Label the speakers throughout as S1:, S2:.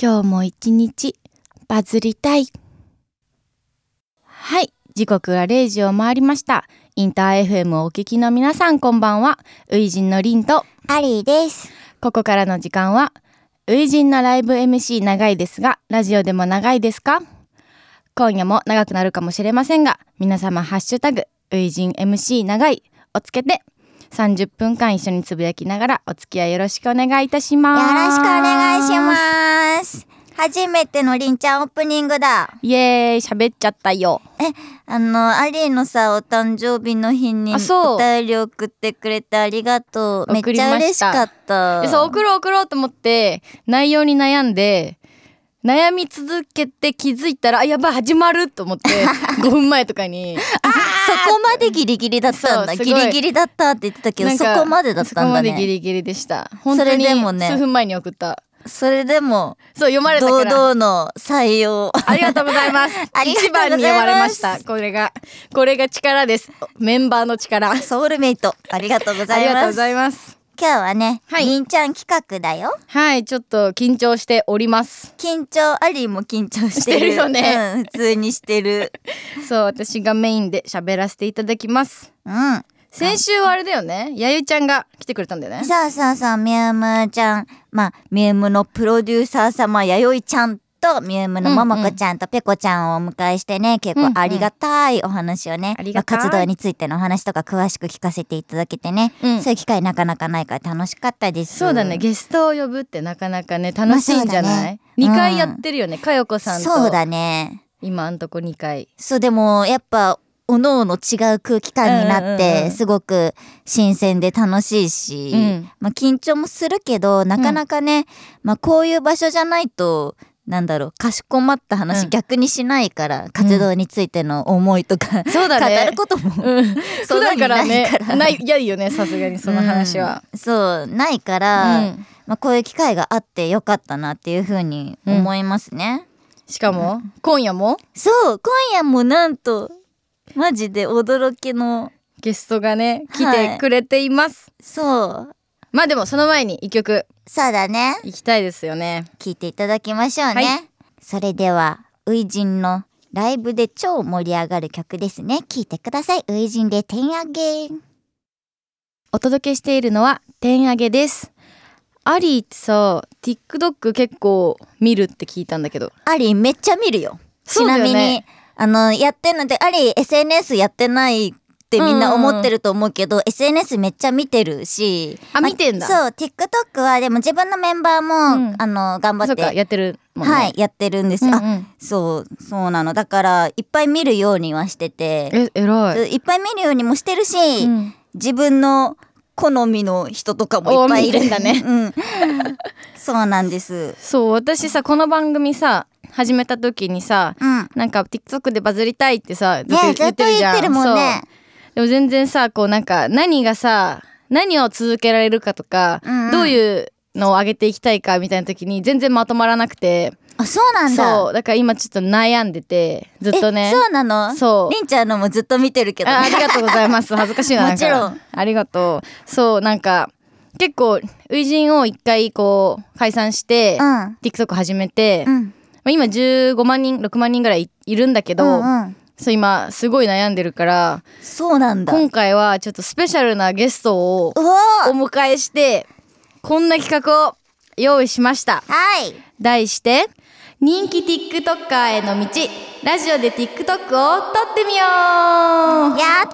S1: 今日も一日バズりたい。はい。時刻は0時を回りました。インター FM をお聞きの皆さんこんばんは。ウイジンのりんと、
S2: アリーです。
S1: ここからの時間は、ウイジンのライブ MC 長いですが、ラジオでも長いですか今夜も長くなるかもしれませんが、皆様ハッシュタグ、ウイジン MC 長いをつけて、30分間一緒につぶやきながらお付き合いよろしくお願いいたし
S2: よ
S1: ま
S2: ろ
S1: す。
S2: しくお願いします。初めてのりんちゃんオープニングだ。
S1: イエーイ喋っちゃったよ。
S2: あの、アリーのさ、お誕生日の日に
S1: あそう
S2: お便り送ってくれてありがとう。めっ
S1: 送り
S2: ち
S1: ました
S2: ゃ嬉しかった。
S1: でそう送ろう送ろうと思って内容に悩んで悩み続けて気づいたらあやばい始まると思って 5分前とかに
S2: あそこまでギリギリだったん
S1: そ
S2: だ。
S1: うすご
S2: ギ
S1: い
S2: リギリだったって言ってたけど、
S1: なん
S2: そ
S1: か
S2: こまでだっ
S1: そ
S2: た
S1: こ
S2: んだ
S1: までギ
S2: ね。
S1: リギリでした。本当に
S2: それでもね
S1: 数分前に送った。
S2: それでも、
S1: そう読まれたか
S2: 堂
S1: ら。
S2: 々の採用。
S1: ありがとうございます。
S2: ありがと
S1: 一
S2: うござ
S1: 番に
S2: います
S1: 読まれました。これがこれが力です。メンバーの力。あり
S2: ソウルメイト。ありがとうござ
S1: が
S2: い
S1: とう
S2: ま
S1: ご
S2: す。
S1: ざいます。
S2: 今日はね、
S1: はい
S2: りんちゃん企画だよ。
S1: はいちょっと緊張しております。
S2: 緊張アリーも緊張し
S1: して
S2: てる
S1: るよね、
S2: うん、普通にしてる
S1: そう私がメインで喋らせていただきます。
S2: うん
S1: 先週はあれだよね、やゆちゃんが来てくれたんだよね。
S2: さあさあさあみゆむちゃんまあみゆむのプロデューサー様弥生ちゃんとみゆむのももこちゃんとぺこちゃんをお迎えしてね結
S1: うんう
S2: 構
S1: ん
S2: ありがたいお話をね、
S1: ありが
S2: まあ
S1: たい
S2: 活動についてのお話とか詳しく聞かせていただけてね、
S1: うん
S2: そういう機会なかなかないから楽しかったです
S1: そうだね、ゲストを呼ぶってなかなかね、楽しいんじゃない。二、
S2: まあそうだね
S1: 回やってるよね、かよこさんと。
S2: そうだね
S1: 今あんとこ二回。
S2: そうでもやっぱおのおの違う空気感になっ
S1: うんうんうん
S2: てすごく新鮮で楽しいし、
S1: うん
S2: まあ、緊張もするけどなかなかね、まあ、こういう場所じゃないとなんだろうかしこまった
S1: う
S2: 話
S1: ん
S2: 逆にしないから、活動についての思いとか、
S1: そうだね。
S2: 語ることも、
S1: うん、 普
S2: そん
S1: 段
S2: なに
S1: から
S2: ない
S1: ね
S2: か、ら
S1: ない、いやいよね、さすがにその話は。
S2: うんそうないか
S1: う
S2: ら、
S1: ん、
S2: まあ、こういう機会があってよかったなっていうふうに思いますね。
S1: しかも、今夜も
S2: そう今夜もなんとマジで驚きの
S1: ゲストがね、来
S2: は
S1: て
S2: い
S1: くれています。
S2: そう
S1: まあ、でも、その前に一曲、
S2: そうだね。
S1: いきたいですよね。
S2: 聞いていただきましょうね。
S1: はい
S2: それでは、ウイジンのライブで超盛り上がる曲ですね。聞いてください。ウイジンで点上げ。
S1: お届けしているのは点上げですアリーってさ TikTok 結構見るって聞いたんだけど
S2: アリーめっちゃ見るよ。
S1: そうだよね
S2: ちなみに、あの、やってんので、アリー SNS やってないってみんな思ってると思うけど、SNS めっちゃ見てるし。
S1: あ
S2: ま
S1: 見てんだ
S2: そう、TikTok はでも自分のメンバーも、
S1: うん
S2: あの、頑張
S1: そ
S2: っ
S1: うか
S2: て、
S1: やってるもんね
S2: はい、やってるんですよ。
S1: うん
S2: あ、
S1: うん
S2: そう、そうなの。だから、いっぱい見るようにはしてて。
S1: え偉い
S2: いっぱい見るようにもしてるし、
S1: うん
S2: 自分の好みの人とかもいっぱいいる
S1: お見てんだね
S2: うん、そうなんです。
S1: そう私さこの番組さ始めた時にさ
S2: うん。
S1: なんか TikTok でバズりたいってさずっ
S2: ね
S1: と
S2: ず
S1: 言
S2: っ
S1: って
S2: と
S1: るじ
S2: 言
S1: ゃ
S2: っ
S1: ん
S2: てるもんね。
S1: そうでも全然さこうなんか何がさ何を続けられるかとか、
S2: うんうん
S1: どういうのを上げていきたいかみたいな時に全然まとまらなくて
S2: あ、そうなんだ。
S1: そうだから今ちょっと悩んでてずっとね
S2: えそうなの
S1: そう
S2: りんちゃんのもずっと見てるけど
S1: ああ
S2: ね。
S1: りがとうござい ます恥ずかしいな
S2: もちろ
S1: な
S2: ん
S1: かありがとうそうなんか結構初陣を一回こう解散して、
S2: うん。
S1: TikTok 始めて、
S2: う
S1: ま
S2: ん。
S1: あ今15万人6万人ぐらいいいるんだけど、
S2: うんうん
S1: そう今すごい悩んでるから
S2: そうなんだ。
S1: 今回はちょっとスペシャルなゲストを
S2: おお
S1: お迎えしてこんな企画を用意しました
S2: はい。
S1: 題して人気 TikToker への道ラジオで TikTok を撮ってみよう
S2: やっ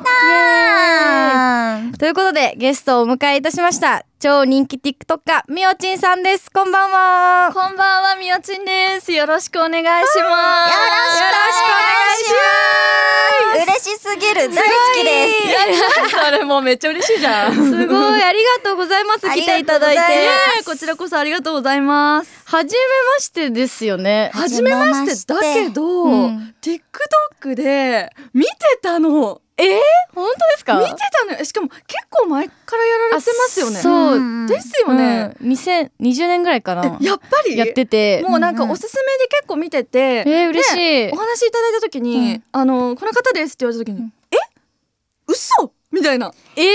S2: たー
S1: ということでゲストをお迎えいたしました超人気 TikToker みおちんさんですこんばんは
S3: こんばんはみよちんです。よろしくお願いします。よろしくお
S2: よろしくお願いします。嬉しすぎる。大好きです。
S3: す。それもうめっちゃ嬉しいじゃん。
S1: すごいありがとうございます
S2: あ
S1: 来
S2: り
S1: て
S2: がと
S1: いう
S2: ご
S1: ただ
S2: ざ
S1: い
S2: い
S1: て
S2: ます
S3: ねえこちらこそありがとうございます。
S1: 初めましてですよね
S2: 初
S3: 初
S2: め
S3: め
S2: ま
S3: ま
S2: して
S3: してだけど、
S1: うん
S3: TikTok で見てたの。えー、
S1: 本当ですか
S3: 見てたのよ。しかも結構前からやられてますよね。
S1: あそう、
S2: うんうん
S3: ですよね。
S1: うん2020年ぐらいかな
S3: やっぱり
S1: やってて
S3: もうなんかおすすめで結構見てて、
S1: えー嬉しい
S3: でお話いただいた時に、
S1: うん
S3: あのこの方ですって言われた時に、
S1: うん
S3: え嘘みたいな
S1: えー、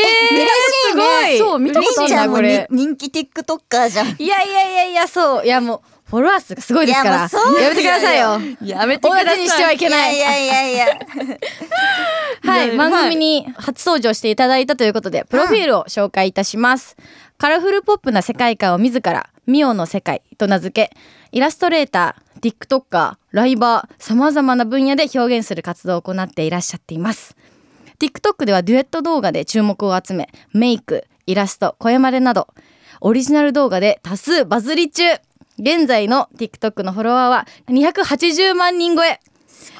S1: すごい
S3: そう見た
S2: り
S3: こと
S2: ん
S3: あ
S2: ち
S3: る
S2: ゃ
S1: 嬉しいな
S2: んも
S1: こ
S2: に
S1: れ
S2: 人気 TikToker じゃん。
S1: いやいやいやいやそういやもうフォロワー数がすごいですか
S2: いやも
S1: ら
S2: うそう
S1: やめてくださいよ
S3: やめてく
S1: 同
S3: ださい
S1: じにしてはいけ
S2: い
S1: な
S2: や
S1: い
S2: いやいやいや。
S1: はいい、
S3: や
S1: 番組に初登場していただいたということで、プロフィールを紹介いたします。カラフルポップな世界観を自ら、ミオの世界と名付け、イラストレーター、TikToker、ライバー、様々な分野で表現する活動を行っていらっしゃっています。TikTok ではデュエット動画で注目を集め、メイク、イラスト、声までなど、オリジナル動画で多数バズり中現在の TikTok のフォロワーは280万人超え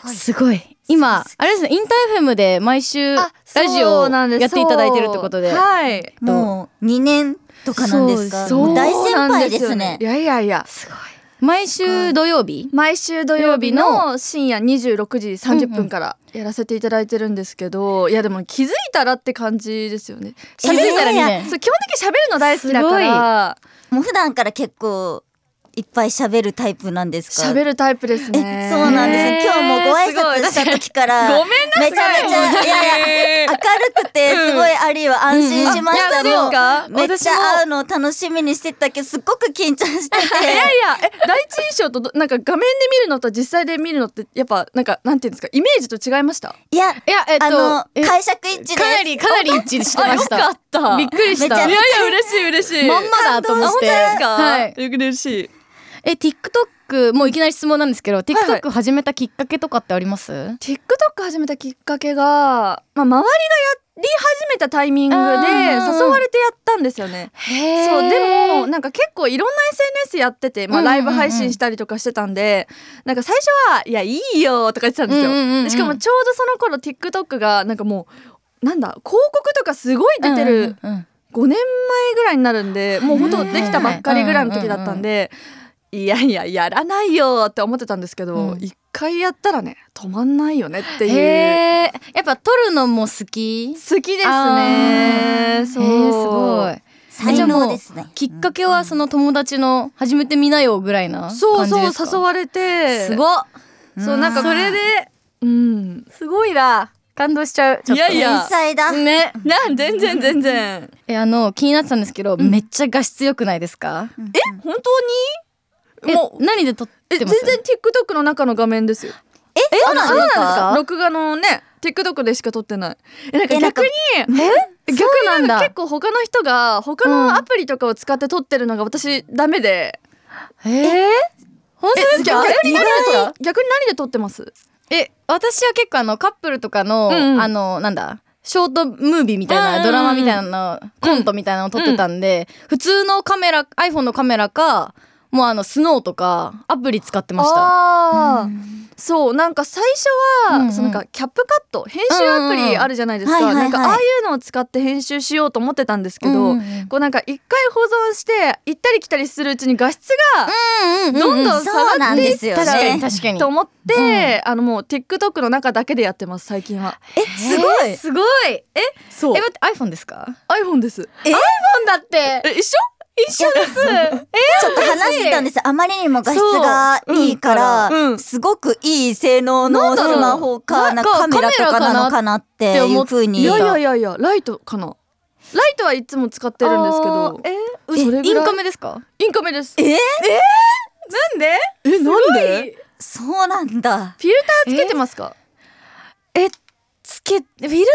S2: ごい
S1: すごい今あれですねインターフェムで毎週ラ
S3: あそう
S1: ジオを
S3: なんです
S1: やっていただいてるってことで
S3: そうはい
S1: と
S2: もう2年とかなんですか。
S1: そう
S2: もう大
S3: そう
S2: 先
S3: なん
S2: 輩
S3: で
S2: です
S3: よ
S2: す
S3: ね
S2: ね
S3: い。やいやいや
S1: 毎週土曜日
S3: 毎週土曜日の深夜26時30分からやらせていただいてるんですけど、いやでも気づいたらって感じですよね
S1: 喋れたら
S2: いやい
S1: ね
S3: そう基本的に喋るの大好きだから
S2: もう普段から結構いっぱい喋るタイプなんですか。
S3: 喋るタイプですね
S2: え、そうなんですね。
S1: ね
S2: 今日もご挨拶した時から。
S3: ごめんなさい
S2: めちゃめち
S3: 本当
S2: ゃ、
S3: に
S2: いやいや、明るくて、すごいあるいは安心しました。
S3: うんうんい
S2: もう
S3: やそう
S2: め
S3: で
S2: っ
S3: す
S2: ち
S3: か
S2: ゃ会うのを楽しみにしてたけど、すっごく緊張してて。
S3: いやいやえ第一印象とどなんか画面で見るのと実際で見るのってやっぱなんかなんていうんですかイメージと違いました
S2: いや、
S1: いやえっと
S2: あの、
S1: え
S2: 解釈一致です。
S1: かなりかなり一致して
S3: あ
S1: ま
S3: よ
S1: し
S3: か
S1: た
S3: った
S1: びっくりした
S2: めちゃ
S3: い
S2: め
S3: や
S2: ち
S3: いや嬉しい嬉しい
S1: まんまだと思って
S3: あ本当ですか
S1: はい
S3: 嬉しい
S1: え TikTok もういきなり質問なんですけど TikTok 始めたきっかけとかってあります、
S3: TikTok 始めたきっかけが、まあ、周りがやり始めたタイミングで
S1: あー
S3: 誘われてやったんですよね。
S1: へ
S3: そうでもなんか結構いろんな SNS やってて、まあ、
S1: うんうんうん
S3: ライブ配信したりとかしてたんで、なんか最初は「いやいいよ」とか言ってたんですよ。
S1: うんうんうんうん
S3: しかもちょうどその頃 TikTok がなんかもうなんだ広告とかすごい出て
S1: うん
S3: る
S1: うんうん
S3: 5年前ぐらいになるんでもう本当できたばっかりぐらいの時だったんで、いやいややらないよって思ってたんですけ
S1: う
S3: ど
S1: ん
S3: 一、回やったらね止まんないよねっていう
S1: へえやっぱ撮るのも好き
S3: 好きです
S1: あ
S3: ね
S1: ー
S3: そう、
S1: へーすごい
S2: 才能ですね。
S1: きっかけはその友達の始めてみなよぐらいな感じです
S3: そ
S1: か
S3: うそう誘われて
S1: すごっ
S3: そうなんか
S2: うん
S3: それでうんすごいな
S1: 感動しちゃうちょっと
S3: いやい
S2: 天才だ。
S3: ねなん全然全然
S1: えあの気になってたんですけど、めっちゃ画質良くないですか、
S3: え本当に
S1: え
S3: もう
S1: 何で撮っ
S3: え
S1: て
S3: 全
S1: ます
S3: 然 TikTok の中の画面ですよ
S2: え、そうなんですか
S3: 録画のね TikTok でしか撮ってないえなんか
S2: えなん
S3: 逆
S2: か
S3: に
S1: え逆なんだ
S3: 結構他の人が他のアプリとかを使って撮ってるのが私ダメで、
S1: え本当ですか
S3: 逆
S2: 意
S3: に何で撮
S2: 外
S3: っ逆に何で撮ってます
S1: え私は結構あのカップルとかの、
S3: うんうん
S1: あのなんだショートムービーみたいな、
S3: うんうんうん
S1: ドラマみたいなのコントみたいなのを撮ってたんで、普通のカメラ iPhone のカメラかもうあのスノーとかアプリ使ってました
S3: あー
S2: うん
S3: そうなんか最初は、
S1: うんうん
S3: そのなんかキャップカット編集アプリあるじゃないですか、
S2: うんうんうんはいはいはい
S3: なんかああいうのを使って編集しようと思ってたんですけど、
S1: うんうん
S3: こうなんか一回保存して行ったり来たりするうちに画質が
S1: うん
S3: どんどん
S2: そう
S3: 下が
S2: な
S3: っ
S2: ん
S3: てい
S2: で
S3: っ
S2: す
S3: ちゃ
S2: よ
S3: う
S1: 確かに
S2: ね。
S1: 確かに
S3: と思って、あのもう TikTok の中だけでやってます最近は。
S2: え、すご
S1: えー
S2: い。
S1: すごいええ
S3: そ
S1: 待って iPhone ですか
S3: iPhone です。
S1: iPhone だって
S3: え一緒？一緒で
S2: ち
S3: す。
S2: ょっと話してたんですあまりにも画質がいいか
S3: そう
S2: ら
S3: うん
S2: すごくいい性能のスマホか
S1: なん
S2: な
S1: だろう
S2: カメラとかなのかなっていうふう
S3: い
S2: に
S3: やいやいやいやライトかな。ライトはいつも使ってるんですけど。
S1: あー
S3: えそれ
S1: イ
S3: ぐら
S1: ン
S3: い
S1: カメですか
S3: インカメです。
S2: え
S3: なんで？えなんで？
S2: そうなんだ
S3: フィルターつけてますか？
S1: えつけフィル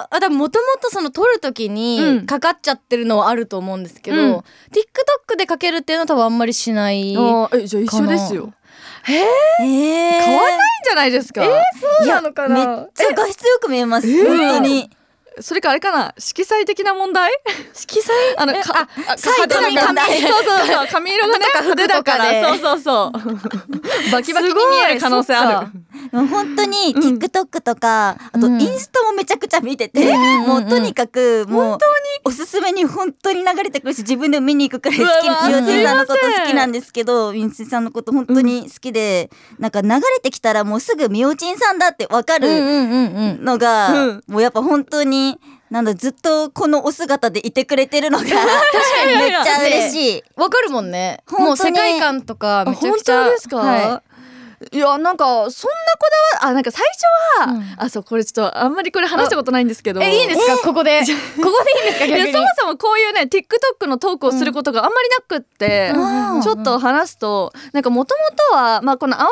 S1: ターあだもともとその撮る時
S3: う
S1: に
S3: ん
S1: かかっちゃってるのはあると思うんですけど、
S3: うん
S1: TikTok でかけるっていうのは多分あんまりしない
S3: あーえじゃあ一緒ですよ。
S2: ええ
S3: 変わらないんじゃないですか？え
S2: いや
S3: のか
S2: めっちゃ画質よく見えます本当に
S3: それかあれかな色彩的な問題？
S1: 色彩
S3: あのかあ
S2: 彩
S3: か
S2: 度の問題
S3: 髪そうそうそう髪色が ね
S1: 服
S3: 派手だから
S1: とか
S3: そ
S1: で
S3: うそう そう。バキバキに見える可能性ある。
S2: 本当に TikTok とかあと
S1: うん
S2: インスタもめちゃくちゃ見ててもうとにかくもうおすすめに本当に流れてくるし自分でも見に行くくらい好き
S3: うわ
S2: な
S3: うわ
S2: ヨ
S3: す
S2: ネ
S3: いま
S2: さん
S3: せん
S2: のこと好きなんですけどヨネさんのこと本当に好きでなんか流れてきたらもうすぐみおちんさんだってわか
S1: うんう
S2: る
S1: んうんうん
S2: のが、
S3: うん
S2: もうやっぱ本当になんだずっとこのお姿でいてくれてるのが確か
S3: に
S2: めっちゃ嬉しい。
S1: わかるもんね
S2: 本当に
S1: もう世界観とかめちゃくちゃ
S3: 本当ですか、
S1: は
S3: いやなんかそんなこだわあなんか最初は、
S1: うん
S3: あそうこれちょっとあんまりこれ話したことないんですけど
S1: えいいんですかここでここでいいんですか
S3: い
S1: 逆
S3: や
S1: に
S3: そもそもこういうね TikTok のトークをすることがあんまりなくって、
S2: うん
S3: ちょっと話すとなんかもともとは、まあ、この青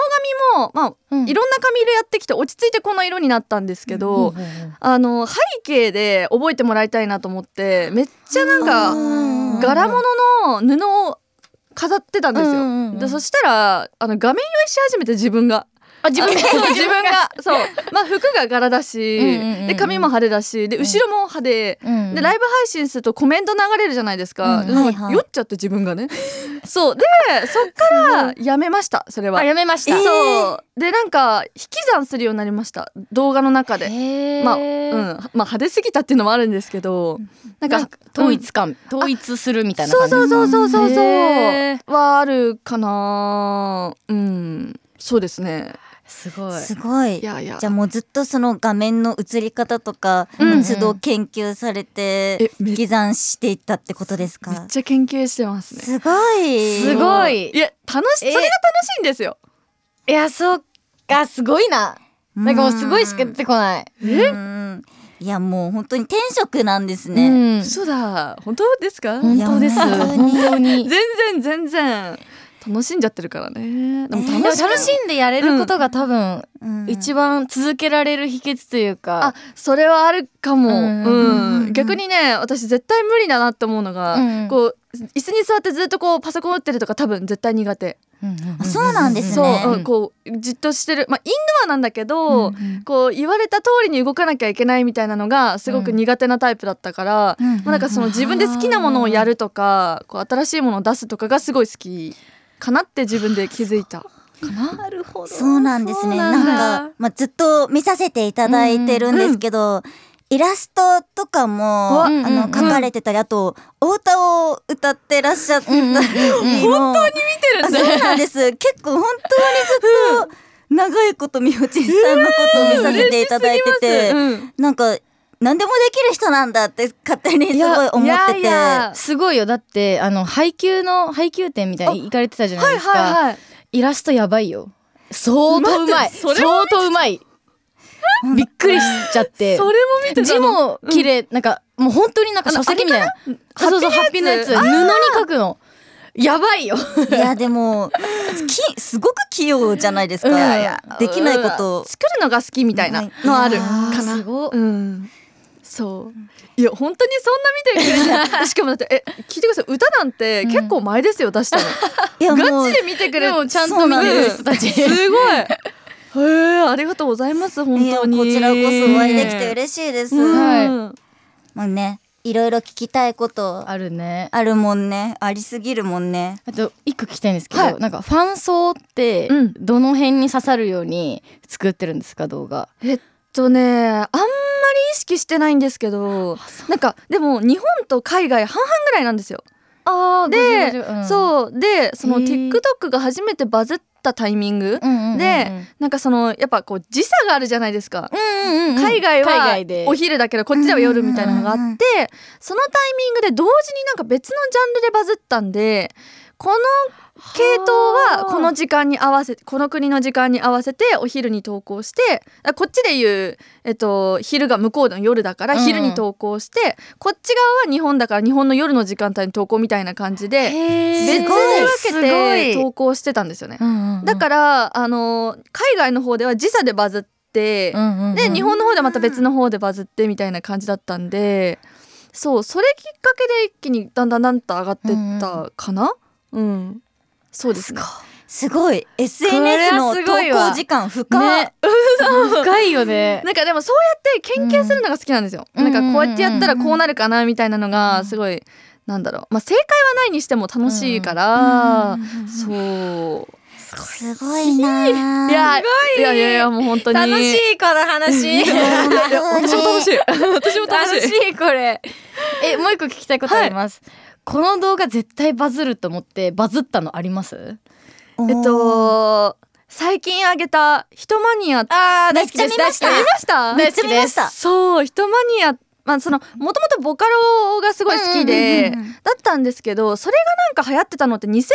S3: 髪も、まあ、
S1: うん
S3: いろんな髪色やってきて落ち着いてこの色になったんですけど、
S1: うんうんうん
S3: あの背景で覚えてもらいたいなと思ってめっちゃなん
S2: う
S3: か
S2: ん
S3: 柄物の布を飾ってたんですよ。
S1: うんうんうん
S3: でそしたらあの画面酔いし始めて自分が。
S1: あ自分で
S3: あそう 自分がそうまあ服が柄だし、
S1: うんうんうん
S3: で髪も派手だしで後ろも派手、
S1: うん
S3: でライブ配信するとコメント流れるじゃないですか、
S1: うん
S3: でなんか
S2: はいはい
S3: 酔っちゃって自分 がねそうでそっからやめましたそれは
S1: あやめました
S3: そうでなんか引き算するようになりました動画の中で、
S1: へー
S3: まあうん、まあ派手すぎたっていうのもあるんですけどなんか
S1: なんか統一感、統一するみたいな
S3: そう
S1: 感じ
S3: そうそうそうそうそう
S1: へー
S3: はあるかなうんそうですね
S1: すごい
S2: すごい
S3: いやいや
S2: じゃあもうずっとその画面の映り方とか、
S3: うん
S2: 都度研究されて
S3: えめ
S2: 引き算していったってことです
S3: めっ
S2: か
S3: ちゃ研究してますね
S2: すごい
S1: すごい
S3: いや楽しそ
S1: え
S3: れが楽しいんですよ
S1: いやそうかすごいななんかもうすごいしか出てこない
S3: え
S2: うんいやもう本当に天職なんです
S1: う
S2: ね、
S1: ん
S3: 嘘だ本当ですか
S2: ん
S1: 本当です
S2: いや本当
S1: 本
S2: に
S1: 当に
S3: 全然全然楽しんじゃってるからねで も
S1: でも
S3: 楽しい、
S1: 楽しんでやれることが多分
S2: うん
S1: 一番続けられる秘訣という
S3: あ
S1: か、
S3: それはあるかも、
S1: う
S3: うんん
S2: うん
S3: 逆にね私絶対無理だなって思うのが、
S1: うん
S3: こう椅子に座ってずっとこうパソコン打ってるとか多分絶対苦手、
S2: あそうなんですね
S3: そ
S1: う
S3: う、うん
S1: ん
S3: こうじっとしてるまあインドアなんだけど、
S1: うんうん
S3: こう言われた通りに動かなきゃいけないみたいなのがすごく苦手なタイプだったから、
S2: うん
S3: まあ、なんかその自分で好きなものをやるとかこう新しいものを出すとかがすごい好きかなって自分で気づいた。
S1: なるほど
S2: そうなんですね。
S1: そう
S2: なん
S1: だ
S2: か、まあ、ずっと見させていただいてるんですけど、イラストとかも、
S1: う
S2: あ
S1: ん
S2: の、
S1: うん
S2: 書かれてたり、あと、お歌を歌ってらっしゃった
S1: うんうんうんうん
S2: 本当に見てるんだそうなんです。結構本当にずっと、長いことみおちんさんのことを見させていただいてて、
S3: うん
S2: なんか、何でもできる人なんだって勝手にすごい思ってて。
S3: いやいや
S1: すごいよだってあの配給の配給店みたいに行かれてたじゃな
S3: はいい
S1: ですか、
S3: はいはい。
S1: イラストやばいよ相当うまい
S3: 待ってそれ
S1: 相当うまいびっくりしちゃって
S3: それも見てた
S1: 字
S3: の。
S1: も綺麗、なんかもう本当になんか書籍みたいなあそうそうハッピーのやつ布に書くのやばいよ
S2: いやでもきすごく器用じゃないですか、
S1: いやいや
S2: できないこと
S3: 作るのが好きみたいなのあるかな。
S1: すごい
S3: うん。そう。いや本当にそんな見てくれてしかもだってえ聞いてください歌なんて結構前ですよ出したの。
S2: いや も
S3: ガ
S2: う
S3: チで見てく
S1: で
S3: れて
S1: もちゃんと見てる人たち
S3: すごい。へえありがとうございます本
S2: いや
S3: 当に。
S2: こちらこそお会いできて
S3: し
S2: 嬉しいです、
S3: うん
S2: も
S1: は
S2: うねいろいろ聞きたいこと
S1: あるね
S2: あるもんねありすぎるもんね
S1: あと一個聞きたいんですけど、
S3: はい
S1: なんかファン層って
S3: うん
S1: どの辺に刺さるように作ってるんですか動画、
S3: えっとねあんまり意識してないんですけどなんかでも日本と海外半々ぐらいなんですよ。
S1: あ
S3: で、
S1: う、
S3: そうでその
S1: へー
S3: TikTok が初めてバズったタイミング、
S1: うんうんうんうん
S3: でなんかそのやっぱこう時差があるじゃないですか、
S1: うんうんうん
S3: 海外
S1: 海
S3: は
S1: 外で
S3: お昼だけどこっちでは夜みたいなのがあって、
S2: うんうんうん
S3: そのタイミングで同時になんか別のジャンルでバズったんでこの系統はこの時間に合わせこの国の時間に合わせてお昼に投稿してあこっちで言う、えっと、昼が向こうの夜だから
S1: うんうん
S3: 昼に投稿して、こっち側は日本だから日本の夜の時間帯に投稿みたいな感じで。
S1: へ
S3: 別
S1: ー
S3: に
S1: す
S3: 分
S1: ごい
S3: けて
S1: すごい
S3: 投稿してたんですよね。
S1: うんうん
S3: だからあの海外の方では時差でバズって、
S1: うんうんうん
S3: で日本の方ではまた別の方でバズってみたいな感じだったんでそうそれきっかけで一気にだんだんだんと上がってったかなうん、そうですね
S2: すごい
S1: こ
S2: SNS
S1: れ
S2: の
S1: は
S2: 投
S1: すごいわ
S2: 稿時間深い、
S1: ね、深いよね
S3: なんかでもそうやって研究するのが好きなんですよ、
S1: うん
S3: なんかこうやってやったらこうなるかなみたいなのがすごいなんだろうまあ正解はないにしても楽しいから、そう
S2: すごいなあ
S3: いやいやいやいやもう本当に
S1: いこの 話
S3: いや私も楽しい 私も楽しい
S1: いこ れえもう一個聞きたいことあります、この動画絶対バズると思ってバズったのあります
S2: おー
S3: えっと最近あげた「ヒトマニア」
S1: あ
S2: ー大好きです
S3: 見ました
S2: めっちゃ見ました
S3: そう「ヒトマニア」まあそのもともとボカロがすごい好きで、
S1: うんうんうんうん
S3: だったんですけどそれがなんか流行ってたのって2020ぐ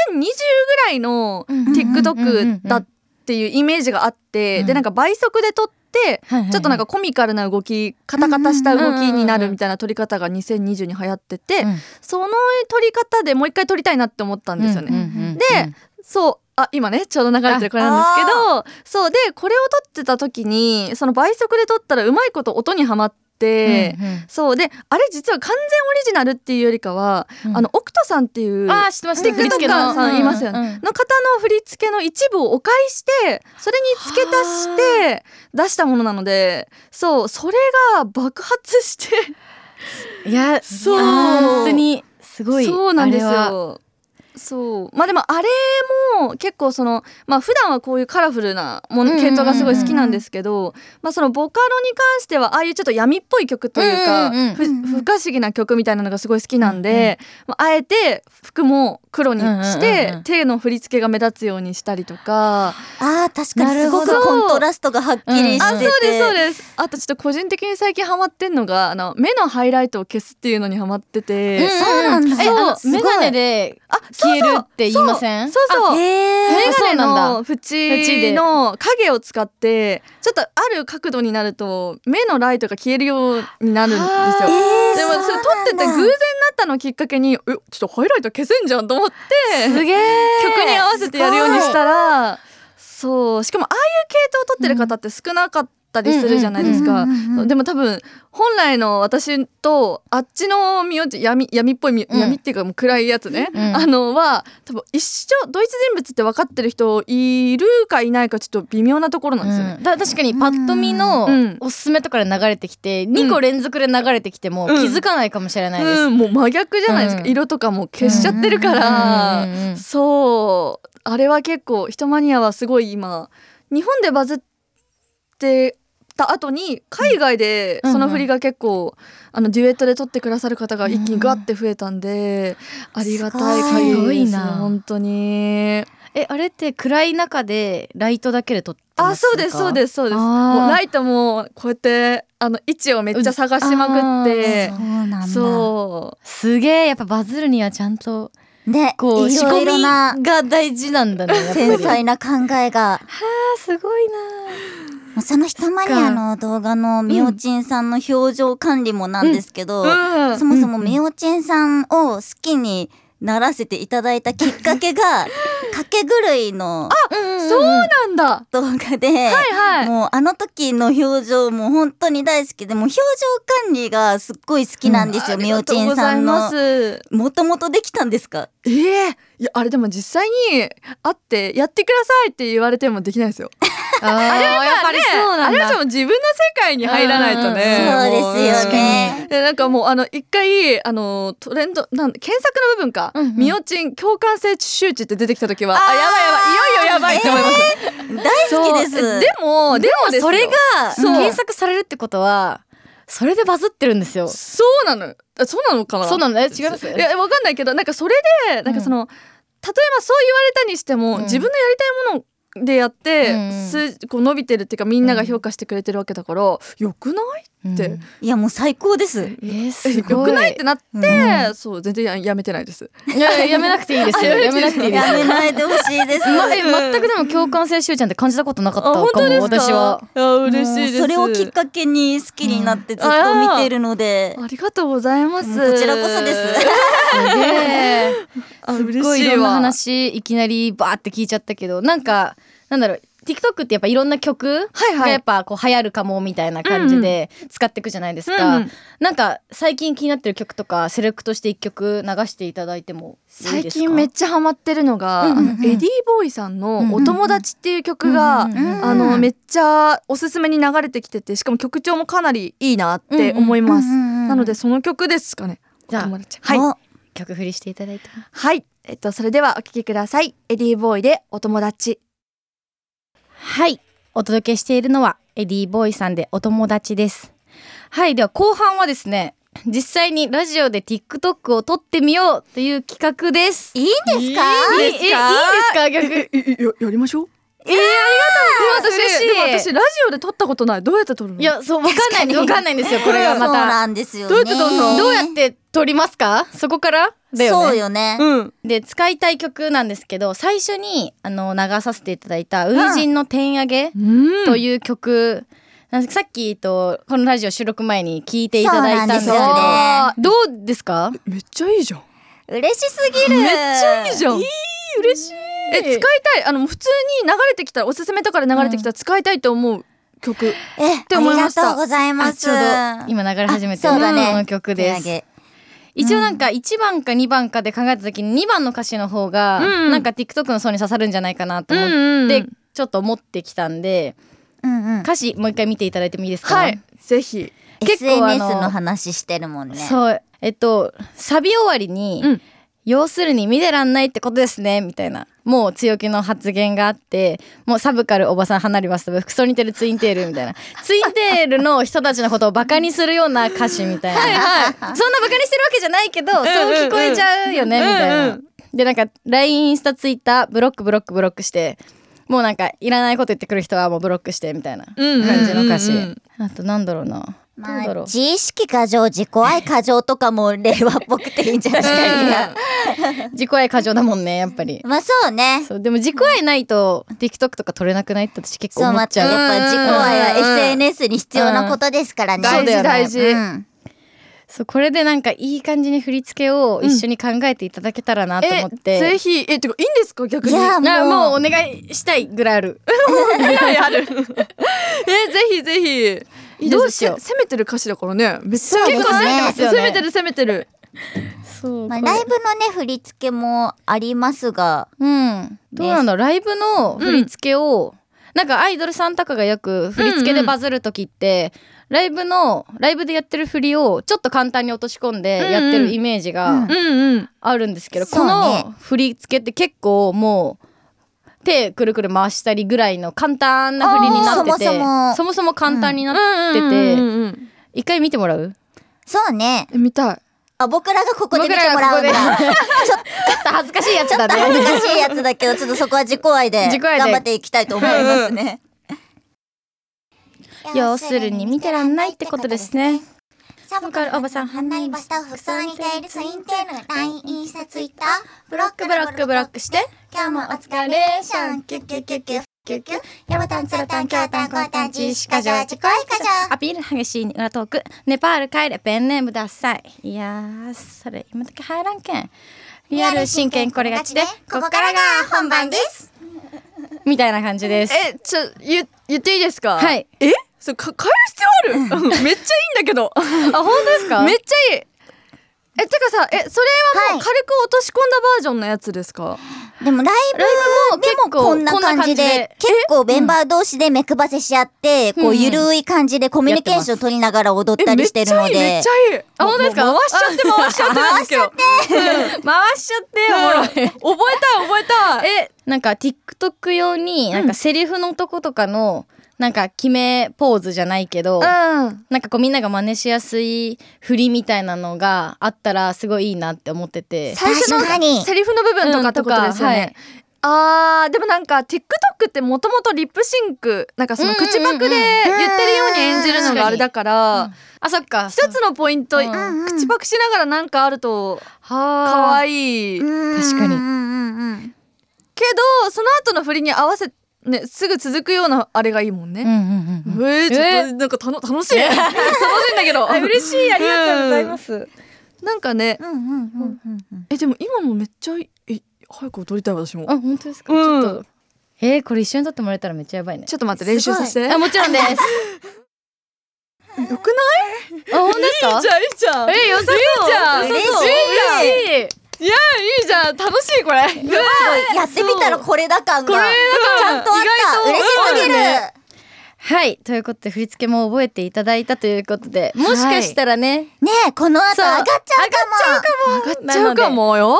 S3: らいの
S1: うんうんうんうん
S3: TikTok だっっていうイメージがあって、
S1: うん
S3: でなんか倍速で撮って
S1: はいはいはい
S3: ちょっとなんかコミカルな動きカタカタした動きになるみたいな撮り方が2020に流行ってて、
S1: うん
S3: その撮り方でもう一回撮りたいなって思ったんですよね。
S1: うんうんうんうん
S3: でそうあ今ねちょうど流れてるこれなんですけどそうでこれを撮ってた時にその倍速で撮ったらうまいこと音にはまって。
S1: うんうん
S3: そうであれ実は完全オリジナルっていうよりかは、
S1: うん
S3: あの奥斗さんっていう
S1: あー知ってます
S3: うん TikToker さんいますよね
S1: ね
S3: の方の振り付けの一部をお借りしてそれに付け足して出したものなのでそうそれが爆発して
S1: いや
S3: そう
S1: 本当にすごい
S3: そうなんです
S1: あれは
S3: よそうまあでもあれも結構そのまあ普段はこういうカラフルなも
S1: うん
S3: の
S1: うんうんうん
S3: 系統がすごい好きなんですけど、まあそのボカロに関してはああいうちょっと闇っぽい曲というか、
S1: うんうんうん
S3: ふ不可思議な曲みたいなのがすごい好きなんで、まあ、あえて服も黒にして、
S1: うんうんうんうん
S3: 手の振り付けが目立つようにしたりとか。
S2: あー確かにすご
S3: なる
S2: く
S3: ほど
S2: コントラストがはっきりしてて、
S3: あそうですそうですあとちょっと個人的に最近ハマってんのがあの目のハイライトを消すっていうのにハマってて、
S1: うん
S2: そうなんだ
S1: えあの
S3: そう
S1: メガネで
S3: あ
S1: 消
S3: そうそう
S1: えるって言いません
S3: そうそう
S2: へー
S1: やっ
S3: メ
S1: ぱそ
S3: ガ
S1: う
S3: ネ
S1: なんだ
S3: の縁の影を使ってちょっとある角度になると目のライトが消えるようになるんですよ。
S2: えー
S3: でもそれ撮ってて偶然なったのをきっかけに「えちょっとハイライト消せんじゃん」と思って
S1: すげえ
S3: 曲に合わせてやるようにしたらそうしかもああいう系統を撮ってる方って少なかったりするじゃないですか。
S2: うんうんうんうん
S3: でも多分本来の私とあっちの身を闇闇っぽい身、
S1: うん
S3: 闇っていうかもう暗いやつね、
S1: うん
S3: あのは多分一緒同一人物って分かってる人いるかいないかちょっと微妙なところなんですよね。
S1: うんだ確かにパッと見の
S3: うん
S1: おすすめとかで流れてきて、2個連続で流れてきても気
S3: うん
S1: づかないかもしれないです、
S3: うんもう真逆じゃないですか、
S1: うん
S3: 色とかも消しちゃってるから、
S1: うんうんうんうん
S3: そうあれは結構ヒトマニアはすごい今日本でバズってた後に海外で
S1: うん
S3: その振りが結構、あのデュエットで撮ってくださる方が一気にガッて増えたんで、ありがたい限
S1: すご
S3: りで
S1: い
S3: す
S1: な
S3: 本当に
S1: えあれって暗い中でライトだけで撮って
S3: あ
S1: ますか
S3: そうですそうですそうです
S1: あー
S3: もうライトもこうやってあの位置をめっちゃ探しまくっ
S1: う
S3: て
S1: ん
S2: そうなんだ
S3: そう
S1: すげえやっぱバズるにはちゃんと
S2: ね
S1: こう
S2: い
S1: 仕
S2: ろ
S1: 込
S2: いろな
S1: みが大事なんだねやっぱり
S2: 繊細な考えが
S1: あすごいな
S2: その人マニアの動画のみおちんさんの表情管理もなんですけど、
S3: うん
S2: そもそもみおちんさんを好きにならせていただいたきっかけがかけ狂いの
S3: そうなんだは
S2: 動画で。
S3: いはい
S2: もうあの時の表情も本当に大好きでもう表情管理がすっごい好きなんですよ、みおちんさん
S3: あ
S2: の
S3: りがとうございま。す
S2: もともとできたんですか
S3: ええいやあれでも実際に会ってやってくださいって言われてもできない ですよ。
S1: ああれはやっぱりそうな
S3: あ
S1: ん
S3: れは
S1: だ
S3: でも自分の世界に入らないとね。
S2: うんそうですよね
S3: もう。でなんかもうあの一回あのトレンドなん検索の部分か、
S1: うんうん
S3: みおちん共感性周知って出てきた時はあやばいやばいいよいよやばいって思いました。
S2: 大好きです
S3: そうでもでもですよ
S1: それが
S3: そう
S1: 検索されるってことはそれでバズってるんですよ
S3: そうなのあそうなのかな。
S1: そうなのえ違います
S3: いやわかんないけどなんかそれでなんかその、例えばそう言われたにしても、
S1: うん
S3: 自分のやりたいものでやって、
S1: うん
S3: 数こう伸びてるっていうかみんなが評価してくれてるわけだから、よくないって、
S1: うん
S2: いやもう最高です。
S1: えーす
S3: え
S1: ごい
S3: よくないってなって、
S2: う
S3: そう全然ややめてないです。
S1: いやいややめなくていいですよ
S3: あ
S1: や
S3: や
S1: め
S3: め
S1: な
S3: な
S1: くて
S3: く
S1: い
S3: て
S1: い
S3: いい
S1: です
S2: やめないでほしいです。
S1: ま、え全くでも共感性しゅうちゃんって感じたことなかったかも私は
S3: あ嬉しい
S2: も
S3: です。
S2: うそれをきっかけに好きになってずっと見ているので、
S3: ありがとうございます。
S2: もうこちらこそです。
S1: すげえ
S3: あ
S1: すっ
S3: 嬉
S1: ごい
S3: し
S1: い
S3: い
S1: ろんな
S3: わ。
S1: 話いきなりバーって聞いちゃったけどなんかなんだろう TikTok ってやっぱいろんな曲
S3: はい
S1: が
S3: はい
S1: やっぱこう流行るかもみたいな感じで使っていくじゃないですか、
S3: うんうん
S1: なんか最近気になってる曲とかセレクトして一曲流していただいてもいい
S3: 最
S1: ですか
S3: 近めっちゃハマってるのが、
S1: うんうんうん
S3: あのエディーボーイさんの「お友達」っていう曲が、
S1: うんうんうん
S2: うん
S3: あのめっちゃおすすめに流れてきててしかも曲調もかなりいいなって思います、なのでその曲ですかね
S1: じゃあ
S3: お友達はい、
S2: はい。
S1: 曲振りしていただいても
S3: はいえっと、それではお聴きくださいエディーボーイで「お友達
S1: はいお届けしているのはエディーボーイさんでお友達ですはいでは後半はですね実際にラジオで TikTok を撮ってみようという企画です
S2: いいんですか？
S1: え
S3: いいんですか
S1: えいいんですか」逆に
S3: えややりましょう
S1: えー、ありがとうございます
S3: でも私ラジオでで撮ったことないどうやって撮るの
S1: いやそうわかんない
S2: 確かに
S1: わかんないんですよこれ
S2: そ
S1: が
S2: う
S1: また
S2: なんですよね
S3: どうやって撮るの
S1: どうやって撮りますかそこからだよ
S2: そ
S1: ね
S2: うよね、
S3: うん
S1: で使いたい曲なんですけど最初にあの流させていただいた「初陣の天上げ」と
S3: という
S1: いう曲、なんかさっきえっとこのラジオ収録前に聞いていただいたんですけど
S2: そうなん
S1: どうですか
S3: めっちゃいいじゃん
S2: 嬉しすぎる
S3: めっちゃいいじゃん
S1: 嬉しい
S3: え使いたいあの普通に流れてきたらおすすめとかで流れてきたら使いたいと思う曲、
S2: え
S3: て思いました
S2: ありがとうございます
S1: ちょうど今流れ始めてる
S2: あ
S1: こ
S2: そうだね
S1: の曲です、
S2: 手上げ
S1: 一応なんか1番か2番かで考えた時に2番の歌詞の方が
S3: うん
S1: なんか TikTok の層に刺さるんじゃないかなと思っ
S3: ん
S1: てちょっと思ってきたんで
S2: うんうん
S1: 歌詞もう一回見ていただいてもいいですか
S3: はいぜひ
S1: 結構あ
S2: SNS
S1: の
S2: の話してるもんね
S1: そうえっとサビ終わりに、
S3: うん
S1: 要するに見てらんないってことですねみたいなもう強気の発言があってもうサブカルおばさん離れますとか服装似てるツインテールみたいなツインテールの人たちのことをバカにするような歌詞みたいなそんなバカにしてるわけじゃないけどそう聞こえちゃうよねみたいな、
S3: うんうん
S1: でなんか LINE インスタツイッターブロックブロックブロックしてもうなんかいらないこと言ってくる人はもうブロックしてみたいな
S3: うん
S1: 感じの歌詞、
S3: うんうんうん
S1: あとなんだろうな
S2: ま
S1: なんだろ
S2: あ
S1: う
S2: 自意識過剰自己愛過剰とかも令和っぽくていいんじゃないか
S1: 自己愛過剰だもんねやっぱり
S2: な まあそう ね
S1: そうでも自己愛ないと TikTok とか撮れなくないって私結
S2: そ
S1: 構
S2: う
S1: 思っ
S2: 待
S1: ち
S2: って
S1: ゃう
S2: やっぱ自己愛
S3: うんうんうん
S2: は SNS に必要なことですからね
S3: 大事
S1: そうだよね
S3: 大事、
S2: うん
S1: そうこれでなんかいい感じに振り付けを一緒に考えていただけたらなと思って、
S3: えぜひえてかいいんですか逆
S2: い
S3: に
S2: や
S1: なもう
S2: も
S1: お
S2: う
S1: 願いしたいぐらいある
S3: や るえぜひぜひ
S1: いいです
S3: どう
S1: しよう
S3: せ攻めてる歌詞だからねめっち
S2: そ
S3: ゃ
S2: う
S3: 結構攻めてますよ、
S1: そうですね
S3: 攻めてる攻めてる
S1: そう、
S2: まあ
S1: これ
S2: ライブのね振り付けもありますが
S1: うんどうなんだろうライブの振り付けを、なんかアイドルさんとかがよく振り付けでバズる時って、ライブのライブでやってる振りをちょっと簡単に落とし込んでやってるイメージが、
S2: うんうん
S3: うんうん
S1: あるんですけど、
S2: そ
S1: こ
S2: うね
S1: の振り付けって結構もう手くるくる回したりぐらいの簡単な振りになってて
S2: あーそもそも
S1: そもそも簡単になっ
S3: う
S1: て
S3: ん
S1: て、
S3: うんうんうん
S1: 一回見てもらう
S2: そうね
S3: え見たい
S2: あ僕らがここで見ても
S1: 僕ら
S2: ら
S1: が
S2: うんだ
S1: ここでちょっと恥ずかしいやつだ
S2: 恥ず
S1: ね
S2: かしいやつだけどちょっとそこは自己愛で
S1: 自己愛で
S2: 頑張っていきたいと思いますね。
S1: 要するに見てらんないってことですね
S4: サ
S1: ボ
S4: ボ
S1: カ
S4: カ
S1: ル
S4: ル
S1: お
S4: お
S1: ば
S4: ば
S1: さ
S4: さ
S1: ん
S4: ん、
S1: ハ
S4: ハ
S1: ン
S4: ン
S1: ナ
S4: ナ
S1: リ
S4: リ
S1: バ
S4: バ
S1: ス
S4: ス
S1: タ
S4: タッ
S1: ッフ
S4: フ
S1: さ
S4: さ
S1: ん
S4: ん
S1: に
S4: に
S1: 対
S4: 対
S1: 立
S4: 立
S1: イ
S4: イ
S1: ン
S4: ン
S1: テ
S4: テ
S1: ー
S4: ー
S1: ル
S4: ル、
S1: LINE
S4: LINE、
S1: イ
S4: イ
S1: ン
S4: ン
S1: ス
S4: ス
S1: タ
S4: タ、
S1: ツ
S4: ツ
S1: イ
S4: イ
S1: ッ
S4: ッ
S1: タ
S4: タ
S1: ー
S4: ー、
S1: ブ
S4: ブロ
S1: ロッ
S4: ッ
S1: ク
S4: ク
S1: ブ
S4: ブ
S1: ロ
S4: ロック
S1: ックブロックして
S4: 今日もお疲れ、シャン、キュッキュッキュッキュッ、キュッキュッ、ヤバタン、ツラタン、キョウタン、コウタン、ジシカジャ、ジコイカジャ。
S1: アピール激しい裏トークネパール帰れペンネームださいいやーそれ今だけ入らんけんリアル真剣これがちでここからが本番ですみたいな感じです
S3: えちょ言言っていいですか
S1: はい
S3: えそれか変える必要あるめっちゃいいんだけど
S1: あ本当ですか
S3: めっちゃいいえてかさえそれはもう軽く落とし込んだバージョンのやつですか、
S2: でもライブ
S1: も結構
S2: でもこ
S1: こ
S2: んな感じ
S1: んな
S2: で
S1: 感
S2: 結構メンバー同士で目配せし合ってこ
S1: う
S2: うんゆるい感じでコミュニケーション取りながら踊った
S3: えめ
S2: り
S3: っ
S2: して
S3: ち
S2: る
S3: ゃ
S2: の
S3: いいめっ
S2: で
S3: ちゃいい
S1: あ本当ですか
S3: もう回しちゃって回しちゃってなんですけど
S1: 回しちゃっておもろい
S3: うん覚えたい覚えた い
S1: えなんか TikTok 用になんかセリフのとことかのなんか決めポーズじゃないけど
S3: うん
S1: なんかこうみんなが真似しやすい振りみたいなのがあったらすごいいいなって思ってて
S2: 最初の確かに
S3: セリフの部分とかってことですよね、あーでもなんか TikTok ってもともとリップシンクなんかその
S1: うんうんうん
S3: 口パクで言ってるように演じるのがあれだから
S1: あそっか
S3: 一つのポイント
S1: うん
S3: 口パクしながらなんかあると可
S1: はあ
S3: 愛い
S1: 確かに
S2: うんうんうんうん
S3: けどその後の振りに合わせねすぐ続くようなあれがいい
S1: う
S3: もん
S1: んう
S3: ね、
S1: んうんうん
S3: えー、ち
S1: え
S3: ょっとなんかたの楽しい楽しいんだけど、
S1: あ 嬉しいありがとうございますす、
S3: なんかね
S2: うんうんうんうんうん
S3: えでも今もめっちゃいいえ早く踊りたい私も
S1: あ本当ですか、
S3: うん
S1: ちょっとえー、これ一緒に撮ってもらえたらめっちゃやばいね
S3: ちょっと待って練習させて
S1: あもちろんです
S3: よくない
S1: あ本当ですか
S3: いいじゃんいいじゃん
S1: え良さそう
S3: いいじゃん
S1: 良さそう
S3: 嬉し
S1: 嬉しい
S3: いやいいじゃん楽しいこれ
S2: うわやってみたらこれだ感がち
S3: これ
S2: ゃんとあった嬉しすぎる
S1: はいということで振り付けも覚えていただいたということでもしかしたらね、
S2: ねえこの後上がっちゃうかも
S3: 上がっちゃうかもよ